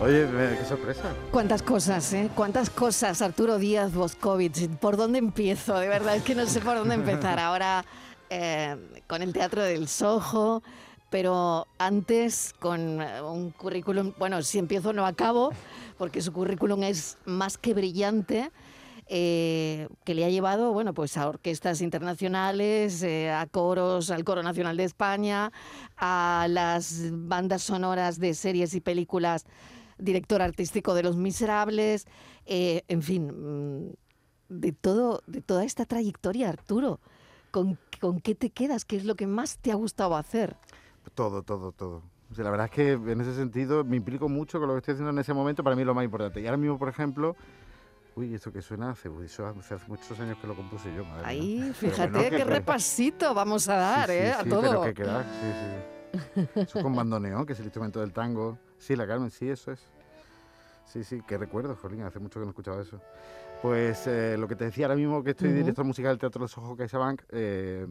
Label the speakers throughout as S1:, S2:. S1: Oye, me- qué sorpresa.
S2: Cuántas cosas, ¿eh? Cuántas cosas, Arturo Díaz Boscovich. ¿Por dónde empiezo? De verdad, es que no sé por dónde empezar. Ahora eh, con el Teatro del Sojo, pero antes con eh, un currículum, bueno, si empiezo no acabo, porque su currículum es más que brillante. eh, que le ha llevado bueno pues a orquestas internacionales eh, a coros al coro nacional de España a las bandas sonoras de series y películas director artístico de Los Miserables, eh, en fin, mm, de, todo, de toda esta trayectoria, Arturo, ¿con, ¿con qué te quedas? ¿Qué es lo que más te ha gustado hacer?
S1: Todo, todo, todo. O sea, la verdad es que en ese sentido me implico mucho con lo que estoy haciendo en ese momento, para mí es lo más importante. Y ahora mismo, por ejemplo, uy, esto que suena hace, uy, eso hace hace muchos años que lo compuse yo, madre mía.
S2: Ahí,
S1: Pero
S2: fíjate
S1: bueno,
S2: qué
S1: que-
S2: repasito vamos a
S1: Sí,
S2: dar,
S1: sí,
S2: ¿eh? a
S1: sí,
S2: todo.
S1: Pero que queda, sí, sí. Eso es con bandoneón, que es el instrumento del tango. Sí, la Carmen, sí, eso es. Sí, sí, qué recuerdo, Jolín, hace mucho que no escuchaba eso. Pues eh, lo que te decía ahora mismo, que estoy
S2: Ujú.
S1: director musical del Teatro de los Ojos CaixaBank, eh,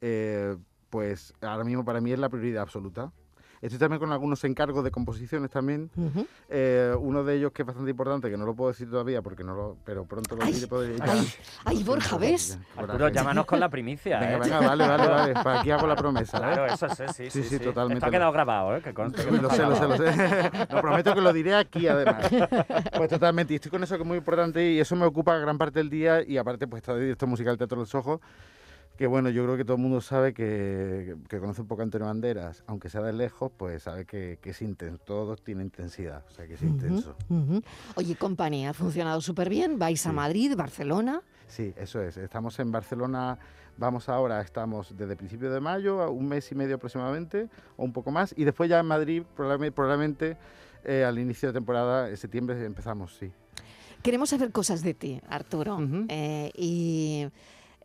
S1: eh, pues ahora mismo para mí es la prioridad absoluta. Estoy también con algunos encargos de composiciones también.
S2: Ujú.
S1: Eh, uno de ellos que es bastante importante, que no lo puedo decir todavía porque no lo... Pero pronto lo
S2: Ay,
S1: diré. podré- ya.
S2: Ay, ay,
S1: Ya,
S2: Borja,
S1: ya,
S2: ¿ves?
S1: ya,
S3: Arturo,
S1: coraje.
S3: llámanos con la primicia.
S1: Venga,
S3: ¿eh?
S1: venga, vale, vale, vale. Para aquí hago la promesa. ¿eh?
S3: Claro, eso sí, sí,
S1: Sí,
S3: sí.
S1: sí, totalmente.
S3: Esto ha quedado grabado, ¿eh? Que conste que
S1: Uy,
S3: esto
S1: lo
S3: está
S1: sé, lo sé, lo
S3: grabado.
S1: sé. Lo prometo que lo diré aquí, además. Pues totalmente. Y estoy con eso que es muy importante y eso me ocupa gran parte del día. Y aparte, pues está de director musical Teatro de los Ojos. Que bueno, yo creo que todo el mundo sabe que, que conoce un poco a Antonio Banderas, aunque sea de lejos, pues sabe que, que es intenso. Todo tiene intensidad, o sea que es intenso.
S2: Ujú. Oye, compañía, ha funcionado súper bien. Vais a
S1: Sí.
S2: Madrid, Barcelona.
S1: Sí, eso es. Estamos en Barcelona, vamos ahora, estamos desde principio de mayo, a un mes y medio aproximadamente, o un poco más, y después ya en Madrid, probable- probablemente, eh, al inicio de temporada, en septiembre empezamos, sí.
S2: Queremos saber cosas de ti, Arturo.
S1: Ujú.
S2: Eh, y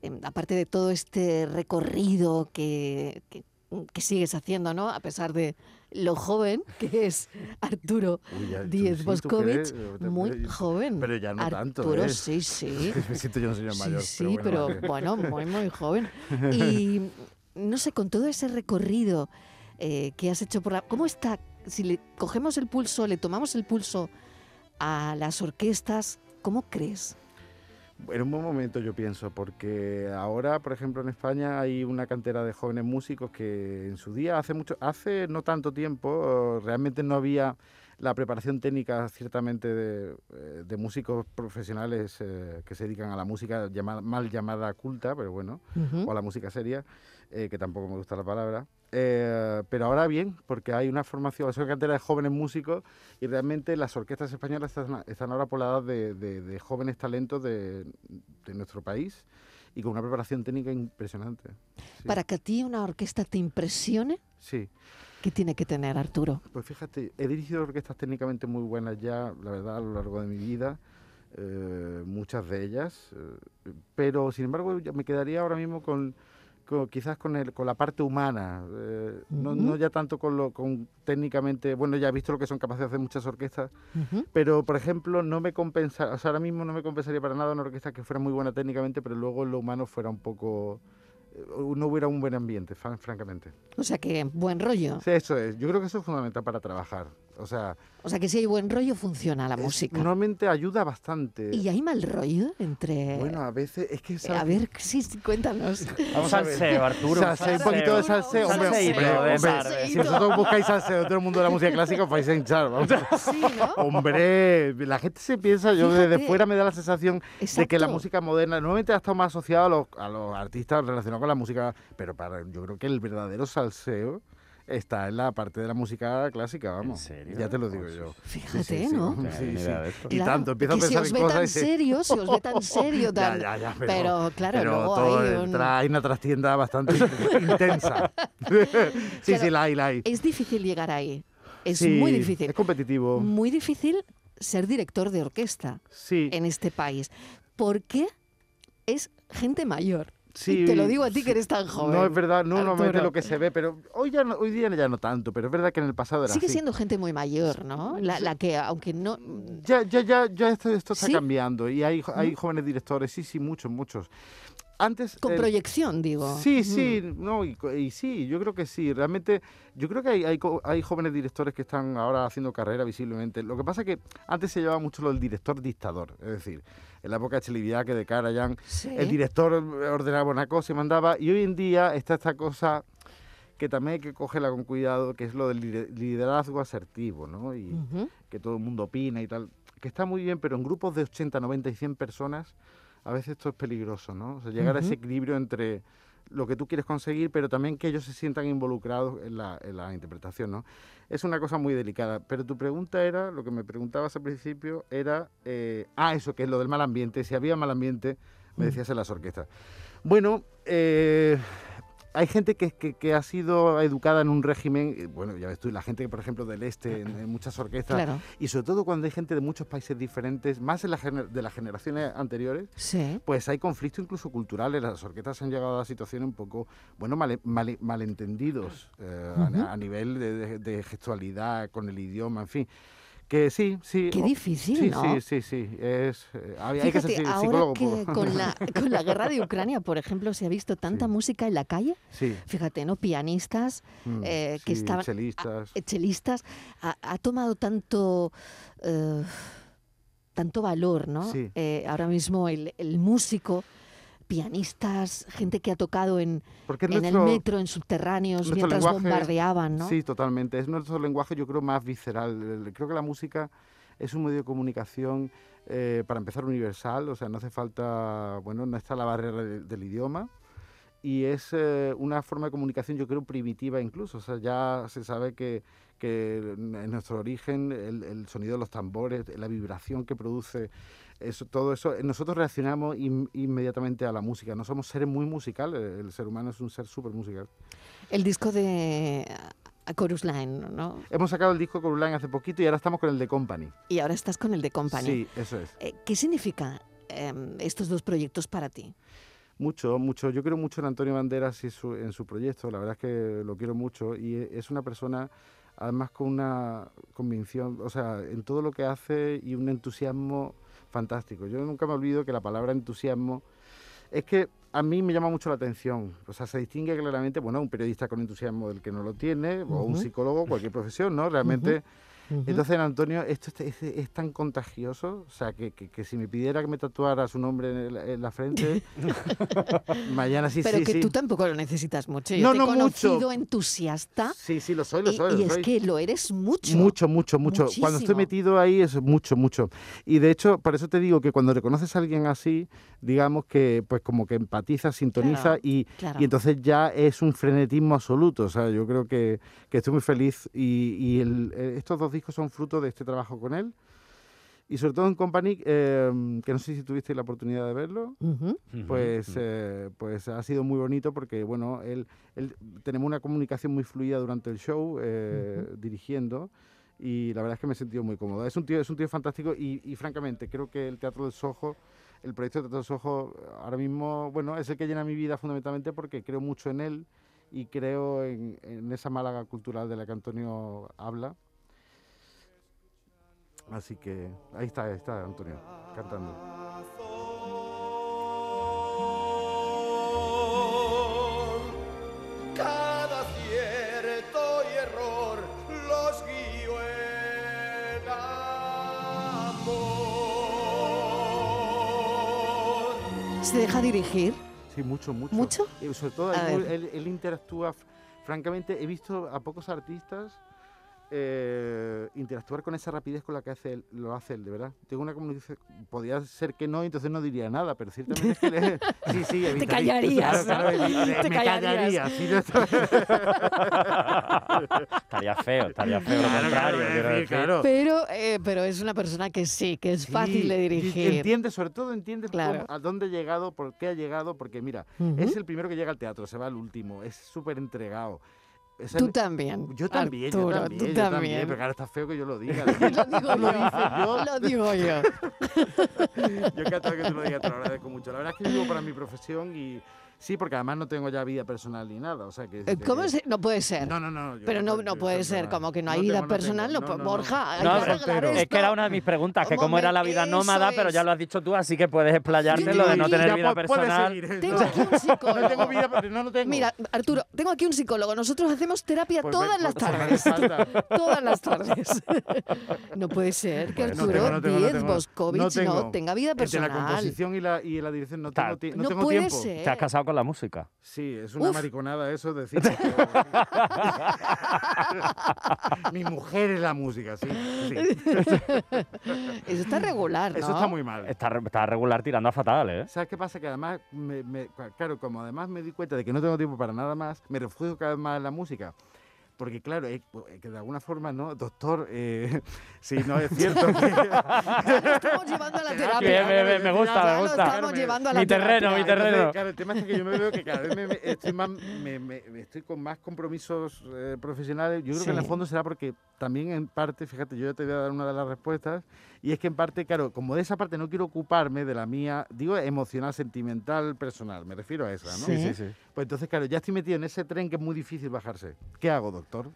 S2: em, aparte de todo este recorrido que, que- que sigues haciendo, ¿no? A pesar de lo joven que es Arturo
S1: Uy, ya,
S2: Díez
S1: sí, tú
S2: Boscovich,
S1: crees, eh,
S2: muy
S1: pero-
S2: joven.
S1: pero ya no tanto,
S2: Arturo,
S1: ¿eh?
S2: sí, sí.
S1: Me siento yo un señor
S2: Sí,
S1: mayor.
S2: sí,
S1: pero
S2: pero
S1: bueno, vale.
S2: bueno, muy, muy joven. Y no sé, con todo ese recorrido eh, que has hecho por la... ¿Cómo está? Si le cogemos el pulso, le tomamos el pulso a las orquestas, ¿cómo crees?
S1: En un buen momento yo pienso, porque ahora, por ejemplo, en España hay una cantera de jóvenes músicos que en su día, hace mucho, hace no tanto tiempo, eh, realmente no había la preparación técnica ciertamente de, eh, de músicos profesionales eh, que se dedican a la música llama- mal llamada culta, pero bueno,
S2: Ujú.
S1: o a la música seria, eh, que tampoco me gusta la palabra. Eh, pero ahora bien, porque hay una formación, es una cantera de jóvenes músicos y realmente las orquestas españolas están, están ahora pobladas de, de- de jóvenes talentos de, de nuestro país y con una preparación técnica impresionante. Sí,
S2: Para que a ti una orquesta te impresione,
S1: sí.
S2: ¿qué tiene que tener Arturo?
S1: Pues fíjate, he dirigido orquestas técnicamente muy buenas ya, la verdad, a lo largo de mi vida, eh, muchas de ellas, eh, pero sin embargo ya me quedaría ahora mismo con, con- quizás con, el, con la parte humana, eh, no,
S2: Ujú.
S1: no ya tanto con lo con técnicamente, bueno, ya he visto lo que son capaces de hacer muchas orquestas,
S2: Ujú.
S1: pero por ejemplo no me compensa, o sea, ahora mismo no me compensaría para nada una orquesta que fuera muy buena técnicamente, pero luego lo humano fuera un poco, eh, no hubiera un buen ambiente, fran- francamente.
S2: O sea que buen rollo.
S1: Sí, eso es, yo creo que eso es fundamental para trabajar, o sea...
S2: O sea que si hay buen rollo funciona la
S1: Es-
S2: música.
S1: Normalmente ayuda bastante.
S2: ¿Y hay mal rollo entre...?
S1: bueno, a veces es que
S2: Eh, a
S1: ¿sabes?
S2: ver, sí, sí, cuéntanos.
S3: Un salseo, Arturo.
S1: Salseo, un poquito de salseo, hombre,
S3: Salseíto,
S1: hombre,
S3: de
S1: hombre,
S3: tarde.
S1: Si vosotros buscáis salseo en todo el mundo de la música clásica, os vais a hinchar. vamos.
S2: Sí, ¿no?
S1: Hombre, la gente se piensa, yo desde
S2: Fíjate.
S1: fuera me da la sensación de que la
S2: Exacto.
S1: música moderna normalmente ha estado más asociada a los, a los artistas relacionados con la música, pero para, yo creo que el verdadero salseo está en la parte de la música clásica, vamos.
S3: serio?
S1: Ya te lo digo yo.
S2: Fíjate,
S1: sí, sí,
S2: ¿no?
S1: hombre,
S3: No
S1: sí,
S3: tenía
S1: sí.
S3: idea de esto.
S1: Y
S2: Claro,
S1: tanto, empiezo a
S2: que
S1: pensar
S2: si os
S1: en
S2: ve
S1: cosas
S2: tan
S1: y se-
S2: serio, si os ve tan serio, tan...
S1: Ya, ya, ya,
S2: pero, claro,
S1: pero
S2: luego
S1: todo
S2: hay
S1: el
S2: un-
S1: tra- hay una trastienda bastante in- intensa. sí,
S2: Claro.
S1: sí, la hay, la hay.
S2: Es difícil llegar ahí. Es
S1: Sí,
S2: muy difícil. Mm,
S1: Es competitivo.
S2: Muy difícil ser director de orquesta
S1: Sí,
S2: en este país. Porque es gente mayor. Y te lo digo a ti que eres tan joven.
S1: No es verdad, no normalmente
S2: Arturo.
S1: lo que se ve, pero hoy ya no- hoy día ya no tanto, pero es verdad que en el pasado era
S2: Sigue
S1: así.
S2: siendo gente muy mayor, ¿no? La, la que, aunque no.
S1: Ya, ya, ya, ya esto, esto está
S2: ¿Sí? Mm.
S1: cambiando y hay, jo- hay jóvenes directores, sí, sí, muchos, muchos. Antes
S2: Con
S1: el-
S2: proyección, digo.
S1: Sí, sí, no, y, co- y sí, yo creo que sí. Realmente, yo creo que hay, hay, co- hay jóvenes directores que están ahora haciendo carrera visiblemente. Lo que pasa es que antes se llevaba mucho lo del director dictador, es decir, en la época de Chelividad, que de cara
S2: Sí.
S1: el director ordenaba una cosa y mandaba, y hoy en día está esta cosa que también hay que cogerla con cuidado, que es lo del lider- liderazgo asertivo, ¿no? Y
S2: Ujú.
S1: que todo el mundo opina y tal, que está muy bien, pero en grupos de 80, 90 y 100 personas, a veces esto es peligroso, ¿no? O sea, llegar a ese equilibrio entre lo que tú quieres conseguir, pero también que ellos se sientan involucrados en la, en la interpretación, ¿no? Es una cosa muy delicada. Pero tu pregunta era, lo que me preguntabas al principio, era, eh, ah, eso, que es lo del mal ambiente, si había mal ambiente, me decías en las orquestas. Bueno, eh, hay gente que, que- que ha sido educada en un régimen, eh, bueno, ya ves tú, la gente, por ejemplo, del este, en, en muchas orquestas,
S2: Claro.
S1: y sobre todo cuando hay gente de muchos países diferentes, más en la gener- de las generaciones anteriores,
S2: Sí.
S1: pues hay conflictos incluso culturales. Las orquestas han llegado a situaciones un poco, bueno, male- male- malentendidos eh, a- a, nivel de, de- de gestualidad, con el idioma, en fin. Que sí, sí.
S2: Qué
S1: o-
S2: difícil,
S1: sí,
S2: ¿no?
S1: Sí, sí, sí. Es, eh, hay, hay que ser
S2: Fíjate,
S1: psi-
S2: ahora
S1: psicólogo.
S2: que
S1: por-
S2: con la, con la guerra de Ucrania, por ejemplo, se ha visto tanta
S1: Sí.
S2: música en la calle.
S1: Sí.
S2: Fíjate, ¿no? Pianistas,
S1: mm,
S2: eh, que
S1: sí,
S2: estaban-
S1: chelistas.
S2: eh, chelistas. Ha, ha tomado tanto, eh, tanto valor, ¿no?
S1: Sí.
S2: Eh, ahora mismo el, el músico, pianistas, gente que ha tocado en,
S1: Porque es
S2: en el
S1: nuestro-
S2: metro, en subterráneos,
S1: nuestro
S2: mientras
S1: lenguaje-
S2: bombardeaban, ¿no?
S1: Sí, totalmente. Es nuestro lenguaje, yo creo, más visceral. El- Creo que la música es un medio de comunicación, eh, para empezar, universal. O sea, no hace falta, bueno, no está la barrera de- del idioma. Y es eh, una forma de comunicación, yo creo, primitiva incluso. O sea, ya se sabe que, que en nuestro origen el, el sonido de los tambores, la vibración que produce, eso, todo eso, eh, nosotros reaccionamos in- inmediatamente a la música. No somos seres muy musicales, el ser humano es un ser súper musical.
S2: El disco de eh, Chorus Line, ¿no?
S1: Hemos sacado el disco Corulan hace poquito y ahora estamos con el de Company.
S2: Y ahora estás con el de Company.
S1: Sí, eso es.
S2: Eh, ¿Qué significa em, estos dos proyectos para ti?
S1: Mucho, mucho. Yo creo mucho en Antonio Banderas y su- en su proyecto. La verdad es que lo quiero mucho y e- es una persona, además, con una convicción, o sea, en todo lo que hace y un entusiasmo fantástico. Yo nunca me olvido que la palabra entusiasmo es que a mí me llama mucho la atención. O sea, se distingue claramente, bueno, un periodista con entusiasmo del que no lo tiene, o un
S2: Ujú.
S1: psicólogo, cualquier profesión, ¿no? Realmente.
S2: Ujú.
S1: Entonces, en Antonio, esto es, es- es tan contagioso, o sea, que, que- que si me pidiera que me tatuara su nombre en, el- en la frente, mañana sí,
S2: Pero
S1: sí,
S2: que
S1: sí.
S2: tú tampoco lo necesitas mucho. Yo
S1: No,
S2: te
S1: no
S2: he
S1: mucho.
S2: conocido entusiasta
S1: Sí, sí, lo soy, lo
S2: y,
S1: soy.
S2: y
S1: lo
S2: es
S1: soy.
S2: que lo eres mucho.
S1: Mucho, mucho, mucho. Cuando estoy
S2: Muchísimo.
S1: metido ahí es mucho, mucho. Y de hecho, por eso te digo que cuando reconoces a alguien así, digamos que pues como que empatiza, sintoniza
S2: Claro,
S1: y,
S2: claro.
S1: y entonces ya es un frenetismo absoluto. O sea, yo creo que, que estoy muy feliz y, y el- eh, estos dos discos son fruto de este trabajo con él. Y sobre todo en Company, eh, que no sé si tuviste la oportunidad de verlo.
S2: Ujú.
S1: Pues, eh, pues ha sido muy bonito porque, bueno, él, él- tenemos una comunicación muy fluida durante el show, eh, dirigiendo, y la verdad es que me he sentido muy cómodo. Es un tío, es un tío fantástico y, y, francamente, creo que el Teatro del Sojo, el proyecto del Teatro del Sojo, ahora mismo, bueno, es el que llena mi vida fundamentalmente porque creo mucho en él y creo en, en esa Málaga cultural de la que Antonio habla. Así que ahí está, ahí está Antonio, cantando.
S4: corazón. Cada cierto y error los guío en amor.
S2: ¿Se deja dirigir?
S1: Sí, mucho, mucho.
S2: ¿Mucho?
S1: Y sobre todo,
S2: A
S1: él,
S2: ver.
S1: él- él interactúa. f- Francamente, he visto a pocos artistas eh, interactuar con esa rapidez con la que hace él- lo hace él, de verdad. Tengo una comunicación. Podría ser que no, entonces no diría nada, pero ciertamente es que le- Sí, sí, evitaría-
S2: callarías,
S1: Claro,
S2: ¿no?
S1: claro, evi-
S2: Te
S1: me
S2: callarías.
S1: callaría. sí, no estaba-
S3: estaría feo, estaría feo lo contrario. quiero decir.
S2: Pero, eh, pero es una persona que sí, que es
S1: Sí,
S2: fácil de
S1: y
S2: dirigir.
S1: Entiende, sobre todo entiende cómo-
S2: Claro.
S1: a dónde ha llegado, por qué ha llegado, porque mira,
S2: Ujú.
S1: es el primero que llega al teatro, se va al último, es súper entregado. Es
S2: Tú
S1: el-
S2: también.
S1: Yo también,
S2: Arturo,
S1: yo también,
S2: tú
S1: yo
S2: también.
S1: Pero claro, está feo que yo lo diga.
S2: Lo digo
S1: Tú lo
S2: yo.
S1: dices, yo-
S2: Lo digo yo.
S1: Yo encantado que tú lo digas, te lo agradezco mucho. La verdad es que vivo para mi profesión y, Sí, porque además no tengo ya vida personal ni nada. O sea que,
S2: Eh, ¿Cómo
S1: eh,
S2: se? No puede ser.
S1: No, no, no. yo
S2: Pero no,
S1: te-
S2: no
S1: yo
S2: puede
S1: eso
S2: ser,
S1: no.
S2: como que no hay
S1: tengo,
S2: vida
S1: tengo,
S2: personal. No,
S1: no,
S2: po-
S1: no, no.
S2: Borja, hay
S3: No,
S2: que
S3: es-
S2: arreglar
S1: soltero.
S3: Es
S2: esto.
S3: que era una de mis preguntas, que
S2: Un
S3: cómo era la
S2: momento,
S3: vida
S2: eso
S3: nómada, pero ya
S2: es.
S3: lo has dicho tú, así que puedes explayarte
S2: Yo
S3: lo de
S2: tengo
S3: no
S2: aquí-
S3: tener
S1: Ya
S3: vida
S1: puedes
S3: personal.
S1: seguir, eh,
S2: Tengo
S1: no.
S2: aquí un psicólogo.
S1: No tengo vida, pero no lo tengo.
S2: Mira, Arturo, tengo aquí un psicólogo. Nosotros hacemos terapia
S1: Pues
S2: todas
S1: ve-
S2: las
S1: pues no
S2: tardes.
S1: hace falta.
S2: todas las tardes. no puede ser que
S1: No
S2: Arturo
S1: tengo, no tengo, no
S2: 10
S1: tengo.
S2: Boscovich no,
S1: tengo.
S2: tenga vida
S1: Entre la
S2: personal.
S1: composición y la, y la dirección no
S3: Claro.
S1: tengo, ti- no
S2: No
S1: tengo
S2: puede
S1: tiempo.
S2: ser.
S3: Te has casado con la música.
S1: Sí, es una
S2: Uf.
S1: mariconada eso decir. pero- Mi mujer es la música, sí. sí.
S2: Eso está regular, ¿no?
S1: Eso está muy mal.
S3: Está, re- está regular tirando a fatal, ¿eh?
S1: ¿Sabes qué pasa? Que además, me- me- cua- claro, como además me di cuenta de que no tengo tiempo para nada más, me refugio cada vez más en la música. Porque claro, eh, pues, eh, que de alguna forma, ¿no? Doctor, eh, si no es cierto que...
S2: Ya lo estamos llevando a la
S1: Claro,
S2: terapia.
S3: Bien, bien, bien, Ah, me gusta,
S2: Ya
S3: me
S2: lo
S3: gusta.
S2: estamos llevando a la
S3: Mi terreno,
S2: terapia.
S3: mi
S1: Entonces,
S3: terreno.
S1: claro, el tema es que yo me veo que cada vez me, me- estoy, más, me- me- me estoy con más compromisos eh, profesionales. Yo creo que en el
S2: Sí.
S1: fondo será porque también en parte, fíjate, yo ya te voy a dar una de las respuestas, y es que en parte, claro, como de esa parte no quiero ocuparme de la mía, digo emocional, sentimental, personal, me refiero a esa, ¿no?
S2: Sí.
S3: sí.
S1: Pues entonces, claro, ya estoy metido en ese tren que es muy difícil bajarse. ¿Qué hago, doctor?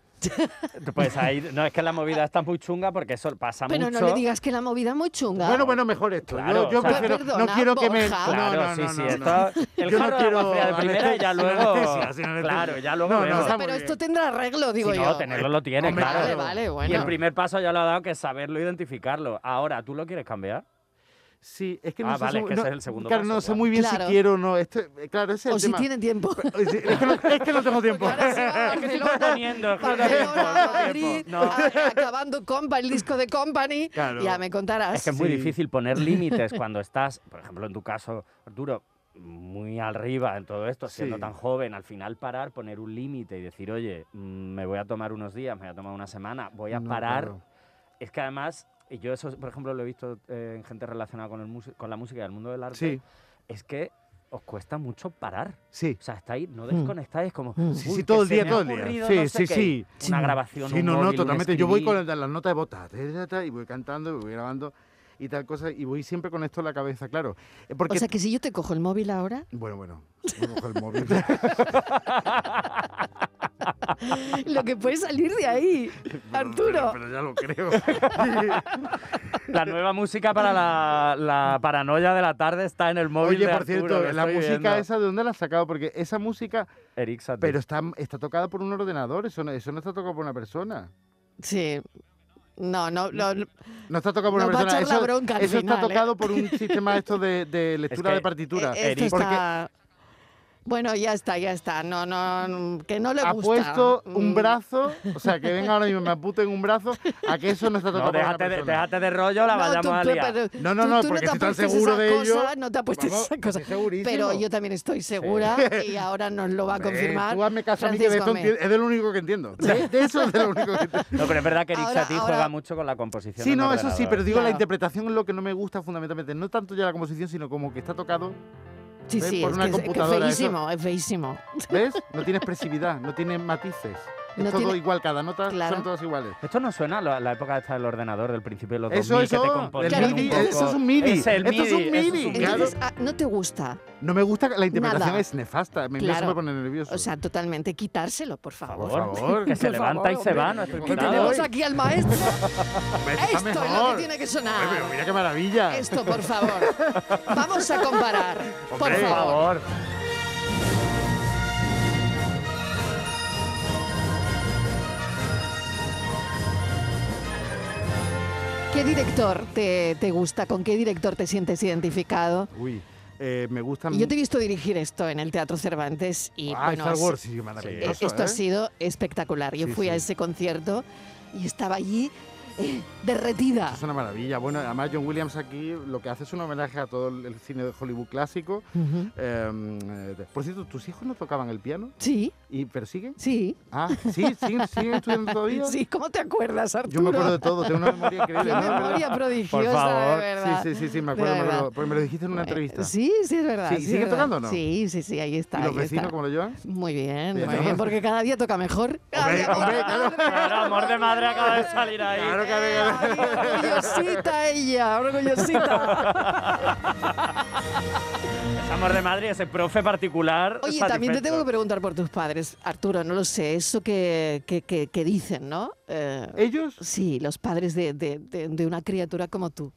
S3: Pues ahí, no, es que la movida está muy chunga porque eso pasa
S2: Pero
S3: mucho.
S2: no le digas que la movida es muy chunga.
S1: Bueno, bueno, mejor esto. Yo-
S3: Claro,
S1: yo
S3: o sea-
S1: prefiero-
S2: Perdona,
S1: no quiero que me...
S2: Borja.
S3: Claro,
S1: no, no,
S3: sí,
S1: no,
S3: sí.
S1: no, no.
S3: esto- el
S1: Yo no
S3: jarro de
S1: quiero
S3: agua fría de primera y ya
S1: anestesia,
S3: luego.
S1: anestesia, sin anestesia.
S3: Claro, ya luego.
S1: No, no,
S3: vemos.
S1: está muy
S2: pero
S1: bien.
S2: esto tendrá arreglo, digo
S3: Si
S2: yo.
S3: no, tenerlo lo tiene,
S1: Hombre,
S3: claro.
S2: Vale, vale, bueno.
S3: Y el primer paso ya lo ha dado, que es saberlo identificarlo. Ahora, ¿tú lo quieres cambiar?
S1: Sí, es que
S3: Ah,
S1: no sé,
S3: vale,
S1: si-
S3: es que
S1: no-
S3: ese es el segundo
S1: claro,
S3: paso,
S1: no sé
S3: claro.
S1: muy bien
S2: Claro.
S1: si quiero o no. Este, claro, ese es el
S2: o si
S1: tema.
S2: tiene tiempo.
S1: Oye, sí, Es que, no, es que no tengo tiempo.
S2: Porque ahora se va a
S3: Es que te lo
S2: Barcelona,
S3: voy poniendo, es que no tengo
S2: Barcelona,
S3: tiempo, no tengo
S2: Madrid,
S3: tiempo. No.
S2: a- acabando compa, el disco de Company.
S1: Claro.
S2: Ya me contarás.
S3: Es que es muy
S1: Sí.
S3: difícil poner límites cuando estás, por ejemplo, en tu caso, Arturo, muy arriba en todo esto, siendo
S1: Sí.
S3: tan joven, al final parar, poner un límite y decir, oye, mm, me voy a tomar unos días, me voy a tomar una semana, voy a
S1: No,
S3: parar.
S1: claro.
S3: Es que además, y yo eso, por ejemplo, lo he visto eh, en gente relacionada con, el mus- con la música y el mundo del arte,
S1: Sí,
S3: es que os cuesta mucho parar.
S1: sí.
S3: O sea, estáis, no desconectáis, es como. uy,
S1: Mm. Sí, sí,
S3: que
S1: todo el
S3: se
S1: día,
S3: me ha
S1: todo el día.
S3: ocurrido
S1: Sí,
S3: no
S1: sí,
S3: sé qué.
S1: sí.
S3: Una
S1: Sí.
S3: grabación.
S1: Sí,
S3: un
S1: no, no,
S3: móvil, un
S1: totalmente. Yo voy con
S3: escribir.
S1: el- las notas de botas ta, ta, ta, y voy cantando, y voy grabando y tal cosa, y voy siempre con esto en la cabeza, claro. Eh, Porque,
S2: O sea que si yo te cojo el móvil ahora,
S1: bueno, bueno, voy a coger el móvil.
S2: lo que puede salir de ahí,
S1: Pero,
S2: Arturo.
S1: pero ya lo creo.
S3: La nueva música para la, la paranoia de la tarde está en el móvil.
S1: Oye,
S3: de
S1: por
S3: Arturo,
S1: cierto,
S3: lo
S1: la
S3: estoy
S1: música
S3: viendo.
S1: esa, ¿de dónde la has sacado? Porque esa música,
S3: Eric Satie.
S1: pero está, está tocada por un ordenador, eso no, eso no está tocado por una persona.
S2: Sí. No, no, no, no.
S1: No está tocado por
S2: Nos
S1: una
S2: va a
S1: persona.
S2: echar la
S1: Eso,
S2: bronca al
S1: eso está
S2: final, ¿eh?
S1: tocado por un sistema esto de, de lectura
S3: que,
S1: de partitura.
S2: Eh, esto
S3: Eric.
S1: porque
S2: está- Bueno, ya está, ya está. No, no, que no le
S1: ha
S2: gusta.
S1: puesto
S2: Mm.
S1: un brazo, o sea, que venga ahora mismo y me apunten un brazo a que eso no está tocado
S3: No,
S1: por una
S3: déjate de,
S1: persona.
S3: déjate de rollo, la
S2: No,
S3: vayamos
S2: tú-
S3: a
S2: tú-
S3: liar.
S2: pero
S1: No, no,
S2: tú-
S1: no,
S2: tú
S1: porque
S2: te
S1: si estás
S2: apuestes
S1: seguro
S2: esas
S1: de
S2: cosas,
S1: ello,
S2: No te apuestes
S1: vamos,
S2: esas cosas.
S1: estoy segurísimo.
S2: Pero yo también estoy segura y ahora nos lo va a
S1: Hombre,
S2: confirmar.
S1: Tú hazme caso a mí que de
S2: Francisco
S1: esto
S2: Gómez.
S1: enti- es de lo único que entiendo. De, de eso es de lo único que entiendo.
S3: No, pero es verdad que Eric
S2: Ahora-
S3: Satie
S2: ahora-
S3: juega mucho con la composición.
S1: Sí,
S3: en
S1: no, eso sí,
S3: ordenador.
S1: pero digo, la
S2: Claro.
S1: interpretación es lo que no me gusta fundamentalmente. No tanto ya la composición, sino como que está tocado,
S2: Sí,
S1: ¿Ves?
S2: sí,
S1: eh, Por
S2: es
S1: una
S2: que es- es, que es
S1: computadora, eso.
S2: feísimo, es feísimo.
S1: ¿ves? No tiene expresividad, no tiene matices. Es
S2: No
S1: todo
S2: tiene-
S1: igual, cada nota
S2: Claro.
S1: son todas iguales.
S3: Esto no suena a la, la época esta del ordenador del principio de los
S1: Eso,
S3: 2000 que
S1: eso,
S3: te
S1: el
S3: componían
S2: MIDI,
S3: un poco.
S2: eso
S1: es un MIDI,
S3: Es el
S1: esto es un
S3: eso
S1: MIDI, claro.
S2: Entonces, ah, no te gusta.
S1: No me gusta, la interpretación
S2: Nada.
S1: es nefasta. Me,
S2: Claro.
S1: eso me pone nervioso.
S2: O sea, totalmente quitárselo, por favor.
S3: Por
S1: Por
S3: favor,
S1: favor.
S3: que se
S2: Por
S3: levanta y
S2: favor,
S3: se va.
S2: hombre.
S3: No estoy
S2: Que
S1: Nada,
S2: tenemos
S1: hoy.
S2: aquí al maestro.
S1: Hombre, está
S2: Esto es lo que
S1: mejor.
S2: tiene que
S1: Hombre, pero
S2: sonar.
S1: mira qué maravilla.
S2: Esto, por favor. Vamos a comparar. Por
S1: Hombre, por
S2: favor. ¿Qué director te, te gusta? ¿Con qué director te sientes identificado?
S1: Uy, eh, me gusta.
S2: Y Yo te he visto dirigir esto en el Teatro Cervantes y
S1: ah,
S2: bueno,
S1: Star
S2: es-
S1: Wars, sí,
S2: eh,
S1: maravilloso.
S2: esto
S1: ¿eh?
S2: ha sido espectacular. Yo
S1: Sí,
S2: fui a
S1: sí.
S2: ese concierto y estaba allí eh, derretida.
S1: Es una maravilla. Bueno, además John Williams aquí lo que hace es un homenaje a todo el el cine de Hollywood clásico.
S2: Ujú.
S1: Em, eh, de- por cierto, ¿tus hijos no tocaban el piano?
S2: Sí,
S1: ¿Y persiguen?
S2: sí,
S1: Ah, sí, siguen, siguen estudiando todavía.
S2: sí. ¿Cómo te acuerdas, Arturo?
S1: Yo me acuerdo de todo, tengo una memoria
S2: Qué
S1: increíble. ¿no?
S2: memoria prodigiosa,
S3: favor.
S2: de verdad.
S1: Sí, sí, sí, sí, me acuerdo,
S2: De
S1: me acuerdo,
S2: verdad.
S1: porque me lo dijiste en una
S2: Eh,
S1: entrevista.
S2: Sí, sí, es verdad.
S1: Sí,
S2: sí, es
S1: ¿sigue
S2: verdad.
S1: tocando o no?
S2: Sí, sí, sí, ahí está.
S1: ¿Y los
S2: ahí está.
S1: vecinos cómo lo llevan?
S2: Muy bien,
S1: Bien,
S2: muy
S1: ¿no?
S2: bien, porque cada día toca mejor. Ay, amor
S1: hombre,
S2: de
S1: claro.
S2: madre.
S3: Claro, amor de madre acaba de salir ahí.
S1: Claro que
S2: Ay, orgullosita ella, orgullosita.
S3: Estamos de Madrid, ese profe particular.
S2: Oye, también te
S3: satisfecho.
S2: tengo que preguntar por tus padres, Arturo, no lo sé, eso que, que, que- que dicen, ¿no? Eh,
S1: Ellos
S2: sí, los padres de, de- de- de una criatura como tú.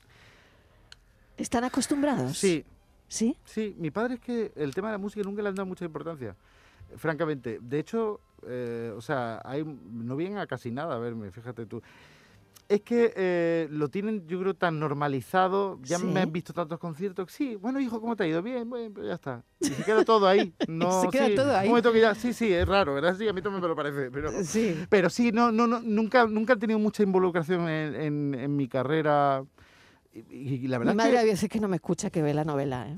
S2: ¿Están acostumbrados?
S1: Sí,
S2: ¿Sí?
S1: sí. Mi padre es que el tema de la música nunca le han dado mucha importancia, eh, francamente. De hecho, eh, o sea, hay- no vienen a casi nada a verme, fíjate tú. Es que eh, lo tienen, yo creo, tan normalizado. Ya
S2: Sí.
S1: me han visto tantos conciertos. Sí, bueno, hijo, ¿cómo te ha ido? Bien, bueno, pues ya está. Y se queda todo ahí. No,
S2: Se queda
S1: sí,
S2: todo ahí.
S1: Un momento que ya, sí, sí, es raro, ¿verdad? Sí, a mí también me lo parece. Pero...
S2: Sí.
S1: Pero sí, no, no, no, nunca, nunca he tenido mucha involucración en, en- en mi carrera. Y, y la
S2: Mi
S1: verdad es
S2: madre
S1: que.
S2: a veces que no me escucha que ve la novela, ¿eh?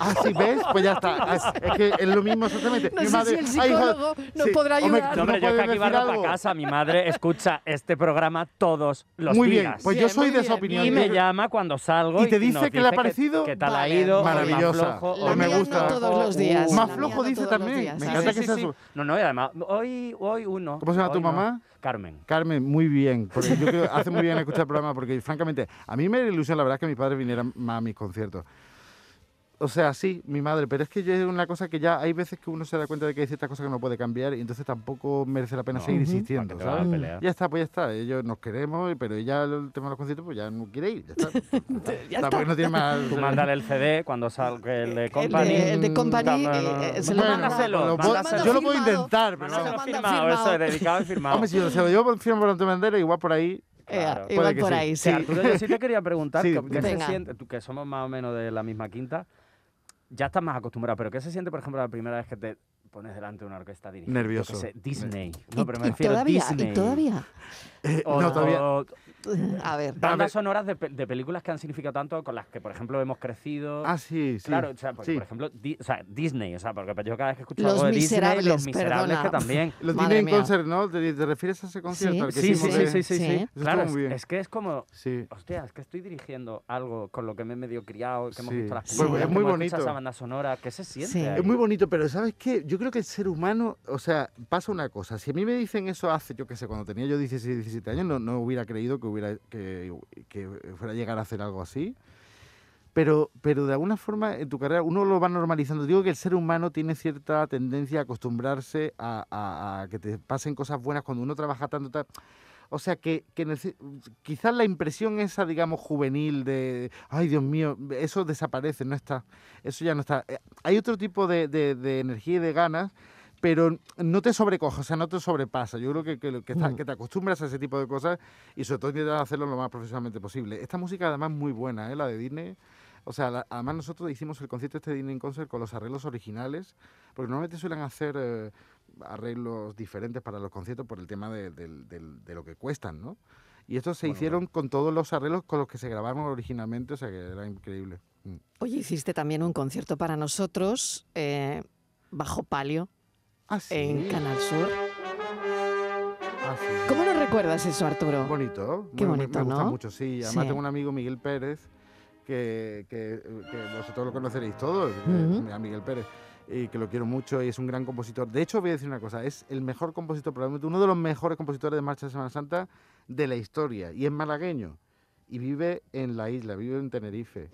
S1: Ah, sí, ¿ves? Pues ya está. Ah, Es que es lo mismo exactamente.
S2: No
S1: Mi
S2: sé si
S1: madre-
S2: el
S1: Ay, hija,
S2: psicólogo nos
S1: sí,
S2: podrá
S1: hombre,
S2: ayudar.
S3: No, hombre,
S1: ¿no
S3: yo es
S1: puedes
S3: que aquí
S1: decir
S3: barro para
S1: algo?
S3: casa. Mi madre escucha este programa todos los
S1: Muy bien,
S3: días.
S1: pues
S2: Bien,
S1: yo soy
S2: muy
S1: de esa
S2: bien.
S1: opinión.
S3: y
S1: Yo
S3: me
S1: creo-
S3: llama cuando salgo.
S1: ¿Y te dice qué le ha parecido?
S3: ¿Qué tal ha
S2: Vale,
S3: ido? o más
S1: maravillosa.
S3: flojo,
S1: La mía
S3: o más
S1: no
S3: flojo,
S2: todos los
S3: o-
S2: días.
S1: Uh, Más
S2: La
S1: flojo
S2: mía no
S1: dice
S2: todos
S1: también.
S2: los días.
S1: Me
S2: Sí,
S1: encanta
S2: sí,
S1: que sea su-
S3: No, no, y además, hoy, hoy uno.
S1: ¿Cómo se llama
S3: hoy
S1: tu
S3: no.
S1: mamá?
S3: Carmen.
S1: Carmen, muy bien, porque yo creo hace muy bien escuchar el programa, porque francamente, a mí me era ilusión, la verdad, que mis padres vinieran más a mis conciertos. O sea, sí, mi madre, pero es que yo es una cosa que ya hay veces que uno se da cuenta de que hay ciertas cosas que no puede cambiar y entonces tampoco merece la pena
S3: No,
S1: seguir
S3: ¿para
S1: insistiendo,
S3: ¿Para qué te vas a
S1: ¿sabes?
S3: pelear?
S1: Ya está, pues ya está, ellos nos queremos, pero ella el tema de los conciertos, pues ya no quiere ir, ya está. Tampoco no tiene más...
S3: Tú mándale el CD cuando salga el de
S2: El de,
S3: Company. Mm,
S2: el de Company
S3: No, no, no,
S2: eh,
S3: no.
S2: eh, se lo
S3: Bueno,
S2: manda.
S3: mándaselo,
S1: lo
S2: Se lo
S1: voy-
S3: mándaselo.
S1: yo lo voy a
S2: firmado.
S1: intentar, pero...
S2: Mándaselo
S3: Mándaselo
S2: manda
S3: firmado,
S2: firmado.
S3: eso, dedicado y firmado.
S1: Hombre, si yo se lo llevo firmo por Antonio Banderas, igual por ahí...
S2: Eh,
S3: Claro.
S2: Igual
S1: Puede que
S2: por
S1: sí.
S2: ahí, sí.
S3: Sí, Arturo, yo sí te quería preguntar,
S1: Sí,
S3: ¿qué, qué se
S2: Venga.
S3: siente? Tú que somos más o menos de la misma quinta, ya estás más acostumbrado, pero ¿qué se siente, por ejemplo, la primera vez que te pones delante de una orquesta dirigida?
S1: Nervioso.
S3: Yo qué sé, Disney.
S2: Y-
S3: No, pero me
S2: y,
S3: refiero a
S2: todavía,
S3: Disney.
S2: y todavía.
S3: O-
S1: Eh, no, todavía...
S3: o
S2: A ver.
S3: bandas sonoras de, pe- de películas que han significado tanto, con las que, por ejemplo, hemos crecido.
S1: Ah, sí, sí.
S3: Claro, o sea, porque,
S1: sí.
S3: por ejemplo, Di- o sea, Disney, o sea, porque yo cada vez que escucho
S2: Los
S3: algo de Disney,
S2: Miserables,
S3: los miserables
S2: perdona.
S3: que también.
S1: Los
S2: Madre
S1: tiene en
S2: mía.
S1: concert, ¿no? ¿Te, te refieres a ese concierto? al que
S3: Sí, sí,
S1: hicimos
S3: sí,
S1: de-
S3: sí, sí,
S2: Sí.
S3: sí.
S2: Eso
S3: Claro,
S1: estuvo muy
S3: es-
S1: bien.
S3: es que es como
S1: Sí.
S3: Hostia, es que estoy dirigiendo algo con lo que me he medio criado, que hemos
S1: Sí.
S3: visto las
S2: Sí.
S3: películas,
S2: Es
S3: que
S1: muy
S3: hemos escuchado
S1: bonito.
S3: esa banda sonora, ¿qué se siente?
S2: Sí.
S3: ahí?
S1: Es muy bonito, pero ¿sabes qué? Yo creo que el ser humano, o sea, pasa una cosa. Si a mí me dicen eso hace, yo qué sé, cuando tenía yo 16, 17 años, no, no hubiera creído que, hubiera, que, que fuera a llegar a hacer algo así. Pero, pero de alguna forma en tu carrera uno lo va normalizando. Digo que el ser humano tiene cierta tendencia a acostumbrarse a, a- a que te pasen cosas buenas cuando uno trabaja tanto. tal. O sea, que, que nece- quizás la impresión esa, digamos, juvenil de, ay Dios mío, eso desaparece, no está, eso ya no está. Eh, Hay otro tipo de, de- de energía y de ganas, pero no te sobrecoge, o sea, no te sobrepasa. Yo creo que, que, lo que, está-
S2: Mm.
S1: que te acostumbras a ese tipo de cosas y sobre todo intentas hacerlo lo más profesionalmente posible. Esta música además es muy buena, ¿eh? la de Disney. O sea, la- además nosotros hicimos el concierto este de Disney Concert con los arreglos originales, porque normalmente suelen hacer... eh, arreglos diferentes para los conciertos por el tema de, del- del- de lo que cuestan, ¿no? Y estos se
S3: Bueno,
S1: hicieron con todos los arreglos con los que se grabaron originalmente, o sea que era increíble. Mm.
S2: Oye, hiciste también un concierto para nosotros eh, bajo palio
S1: Ah, sí.
S2: en Canal Sur.
S1: Ah, sí.
S2: ¿Cómo nos recuerdas eso, Arturo?
S1: Bonito.
S2: Qué
S1: Bueno, me-
S2: bonito,
S1: Me, gusta
S2: ¿no?
S1: mucho, sí. Además
S2: Sí.
S1: tengo un amigo, Miguel Pérez, que, que- que vosotros lo conoceréis todos, eh,
S2: Ujú.
S1: a Miguel Pérez, y que lo quiero mucho y es un gran compositor. De hecho, voy a decir una cosa, es el mejor compositor, probablemente uno de los mejores compositores de Marcha de Semana Santa de la historia, y es malagueño. Y vive en la isla, vive en Tenerife.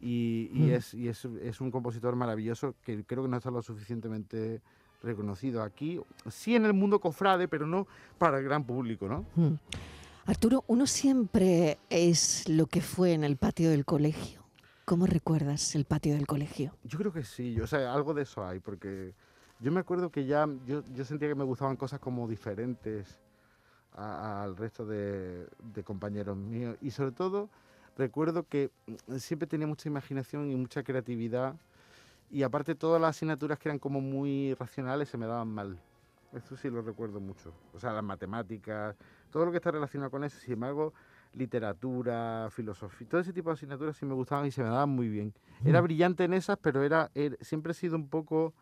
S1: Y, y
S2: Mm.
S1: es, y es, es un compositor maravilloso que creo que no está lo suficientemente reconocido aquí. Sí en el mundo cofrade, pero no para el gran público, ¿no?
S2: Mm. Arturo, uno siempre es lo que fue en el patio del colegio. ¿Cómo recuerdas el patio del colegio?
S1: Yo creo que sí, yo- o sea, algo de eso hay, porque yo me acuerdo que ya yo, yo sentía que me gustaban cosas como diferentes a- al resto de, de compañeros míos y sobre todo recuerdo que mm, siempre tenía mucha imaginación y mucha creatividad y aparte todas las asignaturas que eran como muy racionales se me daban mal. Eso sí lo recuerdo mucho. O sea, las matemáticas, todo lo que está relacionado con eso, sin embargo, literatura, filosofía, todo ese tipo de asignaturas sí me gustaban y se me daban muy bien. Era brillante en esas, pero era, er- siempre he sido un poco...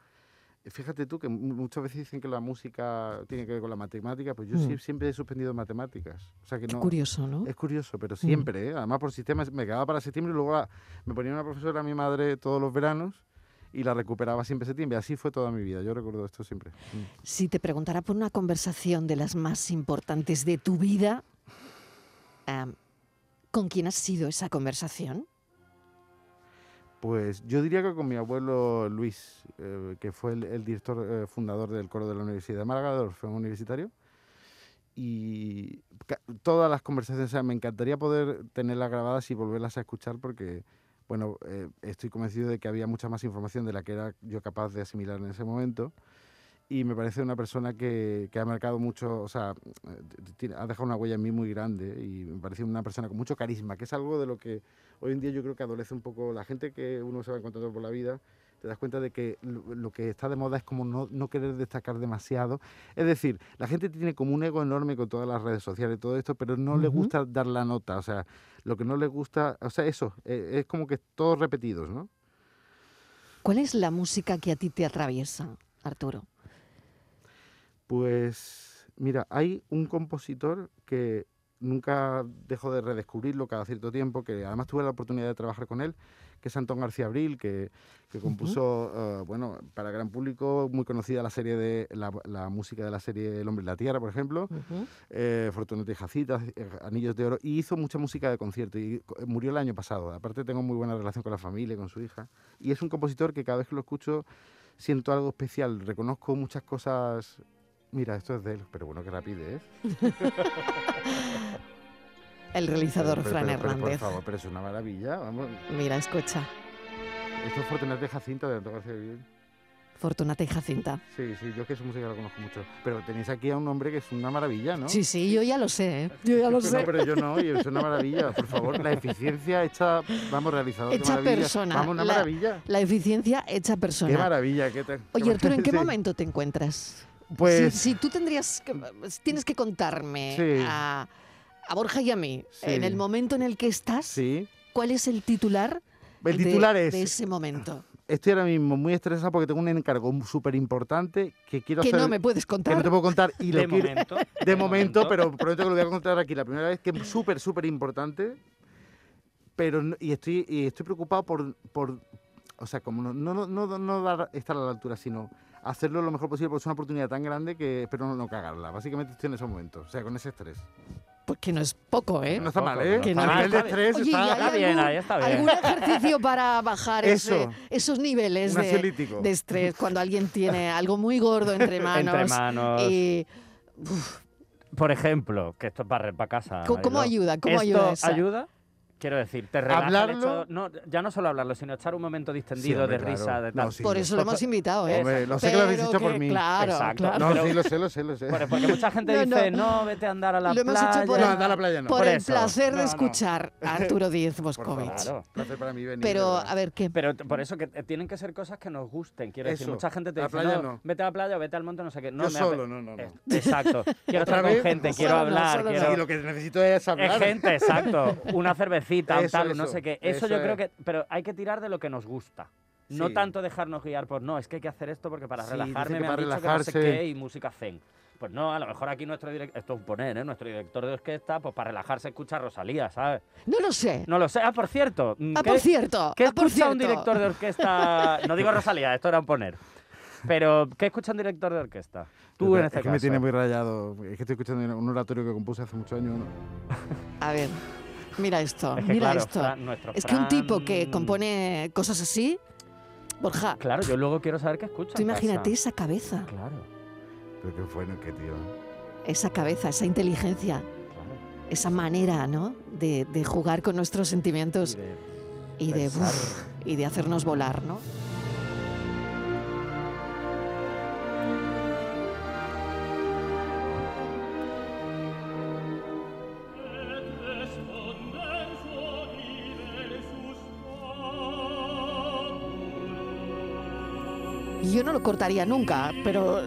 S1: Fíjate tú que mu- muchas veces dicen que la música tiene que ver con la matemática, pues yo
S2: Mm.
S1: sí- siempre he suspendido matemáticas. O sea que
S2: Qué
S1: no,
S2: curioso, ¿no?
S1: es curioso, pero siempre, ¿eh? además por sistema, me quedaba para septiembre y luego la- me ponía una profesora a mi madre todos los veranos y la recuperaba siempre septiembre. Así fue toda mi vida, yo recuerdo esto siempre. Mm.
S2: Si te preguntara por una conversación de las más importantes de tu vida, am, ¿con quién ha sido esa conversación?
S1: Pues yo diría que con mi abuelo Luis, eh, que fue el, el director eh, fundador del coro de la Universidad de Málaga, del Orfeón Universitario. Y ca- todas las conversaciones, o sea, me encantaría poder tenerlas grabadas y volverlas a escuchar porque, bueno, eh, estoy convencido de que había mucha más información de la que era yo capaz de asimilar en ese momento. Y me parece una persona que, que ha marcado mucho, o sea, eh, tiene- ha dejado una huella en mí muy grande y me parece una persona con mucho carisma, que es algo de lo que hoy en día yo creo que adolece un poco la gente que uno se va encontrando por la vida. Te das cuenta de que lo lo que está de moda es como no, no querer destacar demasiado. Es decir, la gente tiene como un ego enorme con todas las redes sociales y todo esto, pero no le
S2: Ujú.
S1: gusta dar la nota. O sea, lo que no le gusta, o sea, eso, eh, es como que todos repetidos, ¿no?
S2: ¿Cuál es la música que a ti te atraviesa, Arturo?
S1: Pues mira, hay un compositor que nunca dejo de redescubrirlo cada cierto tiempo, que además tuve la oportunidad de trabajar con él, que es Antón García Abril, que, que compuso, eh, bueno, para gran público, muy conocida la serie de la, la música de la serie El hombre y la tierra, por ejemplo, eh, Fortunato y Jacitas, eh, Anillos de Oro, y hizo mucha música de concierto y co- eh, murió el año pasado. Aparte tengo muy buena relación con la familia, y con su hija, y es un compositor que cada vez que lo escucho siento algo especial, reconozco muchas cosas. Mira, esto es de él, pero bueno, qué ¿eh? rápido es.
S2: El realizador
S1: Eh, Pero- pero-
S2: Fran
S1: pero- pero,
S2: Hernández.
S1: por favor, pero es una maravilla, vamos.
S2: Mira, escucha.
S1: Esto es Fortunato y Jacinta de Antón García Abril.
S2: Fortunata y Jacinta.
S1: Sí, sí, yo es que su música la conozco mucho. Pero tenéis aquí a un hombre que es una maravilla, ¿no?
S2: Sí, sí, yo ya lo sé, ¿eh? Yo ya lo
S1: Este No,
S2: sé.
S1: pero yo no, y es una maravilla. Por favor, la eficiencia hecha, vamos, realizador. qué
S2: Hecha
S1: maravilla.
S2: persona,
S1: Vamos, una
S2: la-
S1: maravilla.
S2: La eficiencia hecha
S1: Qué
S2: persona.
S1: maravilla. Qué tal.
S2: Oye, Arturo, ¿en qué
S1: Sí.
S2: momento te encuentras?
S1: Pues
S2: Si, si tú tendrías que, tienes que contarme
S1: Sí.
S2: a, a Borja y a mí,
S1: Sí.
S2: en el momento en el que estás,
S1: sí.
S2: ¿cuál es el titular,
S1: El
S2: de-
S1: titular es,
S2: de ese momento?
S1: estoy ahora mismo muy estresado porque tengo un encargo súper importante que quiero
S2: Que
S1: hacer...
S2: no me puedes
S1: que no
S2: contar.
S1: te puedo contar y lo
S3: De
S1: quiero,
S3: momento.
S1: De momento, pero prometo que lo voy a contar aquí la primera vez, que es súper, súper importante. Pero, no- y estoy, y estoy preocupado por, por, o sea, como no, no, no- no, no dar, estar a la altura, sino hacerlo lo mejor posible, porque es una oportunidad tan grande que espero no, no cagarla. Básicamente estoy en esos momentos, o sea, con ese estrés.
S2: Pues que no es poco, ¿eh?
S1: No está mal, ¿eh?
S2: Que
S1: A
S2: no-
S1: nivel de estrés
S2: Oye, ¿y
S1: está
S2: hay
S3: bien,
S2: algún,
S3: ahí Ah, está bien.
S2: algún ejercicio para bajar ese-
S1: Eso.
S2: esos niveles
S1: Un
S2: de,
S1: ansiolítico.
S2: este, de estrés cuando alguien tiene algo muy gordo entre manos?
S3: Entre manos.
S2: y-
S3: Por ejemplo, que esto es barrer para casa.
S2: ¿Cómo- cómo
S3: Mariló.
S2: ayuda? ¿Cómo
S3: ¿Esto
S2: ayuda esa?
S3: ayuda? Quiero decir, te relaja el
S1: Hablarlo.
S3: hecho- no, ya no solo hablarlo, sino echar un momento distendido
S1: hombre,
S3: de risa,
S1: claro.
S3: de
S1: No,
S3: tal.
S1: sí.
S2: Por eso lo hemos invitado, ¿eh?
S1: Hombre, lo sé que lo habéis
S2: Pero
S1: hecho por
S2: que-
S1: mí.
S2: Claro,
S3: Exacto.
S2: claro.
S1: No,
S3: pero-
S1: sí, lo sé, lo sé, lo sé.
S3: Bueno, porque mucha gente
S2: No,
S3: dice,
S2: no.
S3: no. vete a andar a la
S2: Lo hemos
S3: playa.
S2: hecho por
S1: No,
S2: el-
S1: anda a la playa no.
S2: Por,
S3: Por
S2: el
S3: eso.
S2: placer
S3: No,
S2: de
S3: no.
S2: escuchar a Arturo Díez
S1: Por
S2: Moscovich.
S1: favor.
S3: Claro.
S1: Placer para mí venir, de
S2: Pero,
S1: verdad.
S2: a ver, ¿qué?
S3: Pero t- por eso que eh, tienen que ser cosas que nos gusten. Quiero decir,
S1: Eso.
S3: mucha gente te
S1: La
S3: dice,
S1: playa
S3: no,
S1: no.
S3: vete a la playa o vete al monte, no sé qué. No,
S1: Yo
S3: me ape-
S1: solo, no, no, no.
S3: Eh, Exacto. Quiero
S1: ¿Otra
S3: estar con
S1: vez?
S3: gente,
S1: No,
S3: quiero
S2: solo no,
S3: hablar,
S2: solo
S1: Sí,
S3: quiero...
S1: lo que necesito es
S3: Es
S1: hablar.
S3: gente, exacto. Una cervecita, un
S1: Eso,
S3: tal, no
S1: eso,
S3: sé qué. Eso,
S1: eso
S3: yo creo
S1: es.
S3: que... Pero hay que tirar de lo que nos gusta. No
S1: Sí.
S3: tanto dejarnos guiar por, no, es que hay que hacer esto porque para
S1: Sí, dicen
S3: relajarme
S1: que
S3: me han
S1: para
S3: dicho que no sé
S1: relajarse.
S3: qué y música zen. Pues no, a lo mejor aquí nuestro director, esto es un poner, ¿eh? nuestro director de orquesta, pues para relajarse escucha a Rosalía, ¿sabes?
S2: No lo sé.
S3: No lo sé. Ah, por cierto. mm,
S2: ah,
S3: ¿qué-
S2: por cierto.
S3: ¿Qué
S2: ah, por
S3: escucha
S2: cierto.
S3: un director de orquesta? No digo Rosalía, esto era un poner. Pero, ¿qué escucha un director de orquesta? Tú en
S1: es
S3: este
S1: que
S3: caso.
S1: me tiene muy rayado. Es que estoy escuchando un oratorio que compuse hace muchos años. ¿no?
S2: A ver, mira esto,
S3: Es que,
S2: mira
S3: claro,
S2: esto.
S3: Fran- nuestro
S2: es que un tipo que
S3: Fran-
S2: compone cosas así, Borja,
S3: Claro, yo luego quiero saber qué escucha.
S2: tú
S3: en
S2: imagínate
S3: casa.
S2: esa cabeza,
S3: Claro,
S1: Pero qué bueno, qué tío.
S2: esa cabeza, esa inteligencia,
S3: claro.
S2: esa manera, ¿no? De, de jugar con nuestros
S3: Y
S2: sentimientos
S3: de-
S2: y de,
S3: pensar.
S2: uf, y de hacernos volar, ¿no? Yo no lo cortaría nunca, pero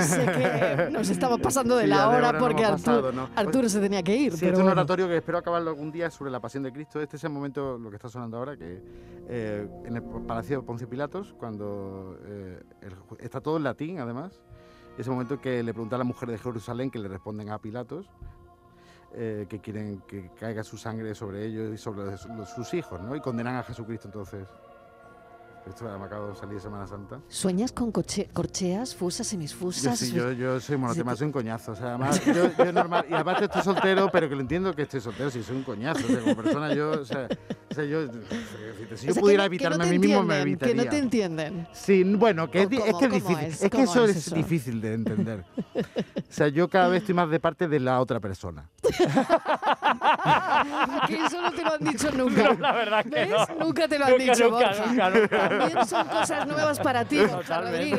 S2: sé que nos estamos pasando de
S1: Sí, ya
S2: la
S1: de
S2: hora
S1: hora no
S2: porque
S1: hemos
S2: Arturo,
S1: pasado, ¿no?
S2: Arturo se tenía que ir.
S1: Sí,
S2: pero
S1: es un
S2: bueno.
S1: oratorio que espero acabarlo algún día sobre la pasión de Cristo. Este es el momento, lo que está sonando ahora, que eh, en el Palacio de Poncio Pilatos, cuando eh, el ju- está todo en latín, además, ese momento que le pregunta a la mujer de Jerusalén, que le responden a Pilatos, eh, que quieren que caiga su sangre sobre ellos y sobre los- los- sus hijos, ¿no? Y condenan a Jesucristo entonces. Pero Esto me acabo de salir de Semana Santa.
S2: ¿Sueñas con coche- corcheas, fusas,
S1: Yo,
S2: semisfusas? Pues,
S1: sí, yo, yo soy monotema,
S2: Sí.
S1: soy un coñazo. O sea, además, yo, yo normal. Y aparte estoy soltero, pero que lo entiendo que estoy soltero, si soy un coñazo. O sea, como persona, yo. O sea, o sea, yo. Si yo
S2: O sea,
S1: pudiera
S2: que no- que no
S1: evitarme a
S2: te
S1: mí mismo, me
S2: entienden,
S1: evitaría.
S2: Que no te entienden.
S1: Sí, n- bueno, que
S2: ¿O
S1: es, di- es
S2: cómo-
S1: que es
S2: cómo
S1: difícil.
S2: es?
S1: Es, que
S2: ¿Cómo
S1: eso
S2: es
S1: es,
S2: eso?
S1: difícil de entender. O sea, yo cada vez estoy más de parte de la otra persona.
S2: Ah, Que eso no te lo han dicho nunca.
S3: No, la verdad que
S2: ¿Ves?
S3: no.
S2: Nunca te lo han
S3: Nunca,
S2: dicho,
S3: nunca,
S2: Borja.
S3: nunca, nunca.
S2: También son cosas nuevas para ti, Borja Rodríguez.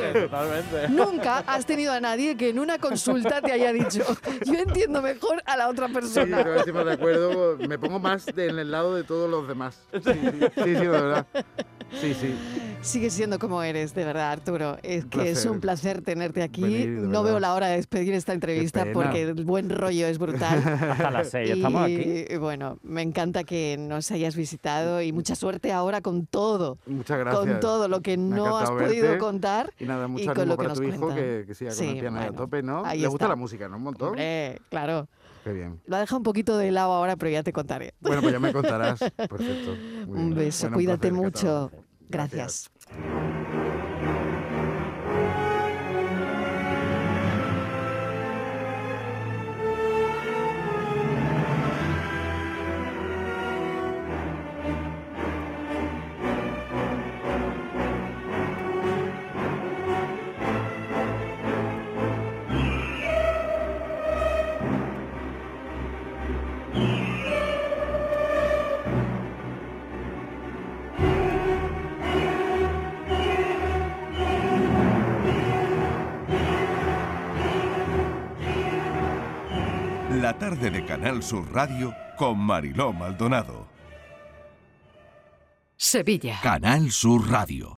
S3: Totalmente, totalmente.
S2: Nunca has tenido a nadie que en una consulta te haya dicho, yo entiendo mejor a la otra
S1: Sí,
S2: persona.
S1: pero estoy más de acuerdo. Me pongo más de- en el lado de todos los demás. Sí, sí, sí, sí, de verdad. Sí, sí.
S2: Sigue siendo como eres, de verdad, Arturo. Es
S1: Un
S2: que es
S1: placer
S2: un placer tenerte aquí.
S1: venir, de
S2: no
S1: verdad.
S2: veo la hora de despedir esta entrevista
S1: pena.
S2: porque el buen rollo es brutal.
S3: Hasta las seis, estamos aquí.
S2: Y bueno, me encanta que nos hayas visitado y mucha suerte ahora con todo,
S1: Muchas gracias.
S2: con todo lo que
S1: Me ha
S2: no has
S1: encantado
S2: podido
S1: verte.
S2: contar.
S1: Y nada, mucho
S2: con
S1: ánimo
S2: lo que
S1: para
S2: nos
S1: tu hijo
S2: cuentan.
S1: que, que siga con
S2: Sí,
S1: el piano ahí
S2: bueno,
S1: a tope, ¿no?
S2: ahí
S1: Le gusta
S2: está.
S1: la música, ¿no? Un montón.
S2: Hombre, Eh, claro.
S1: Qué bien.
S2: Lo ha dejado un poquito de lado ahora, pero ya te contaré.
S1: Bueno, pues ya me contarás. Perfecto. Muy
S2: Un
S1: bien.
S2: beso,
S1: Bueno, un
S2: cuídate
S1: placer, Cata.
S2: mucho. Gracias.
S5: La tarde de Canal Sur Radio con Mariló Maldonado.
S6: Sevilla.
S5: Canal Sur Radio.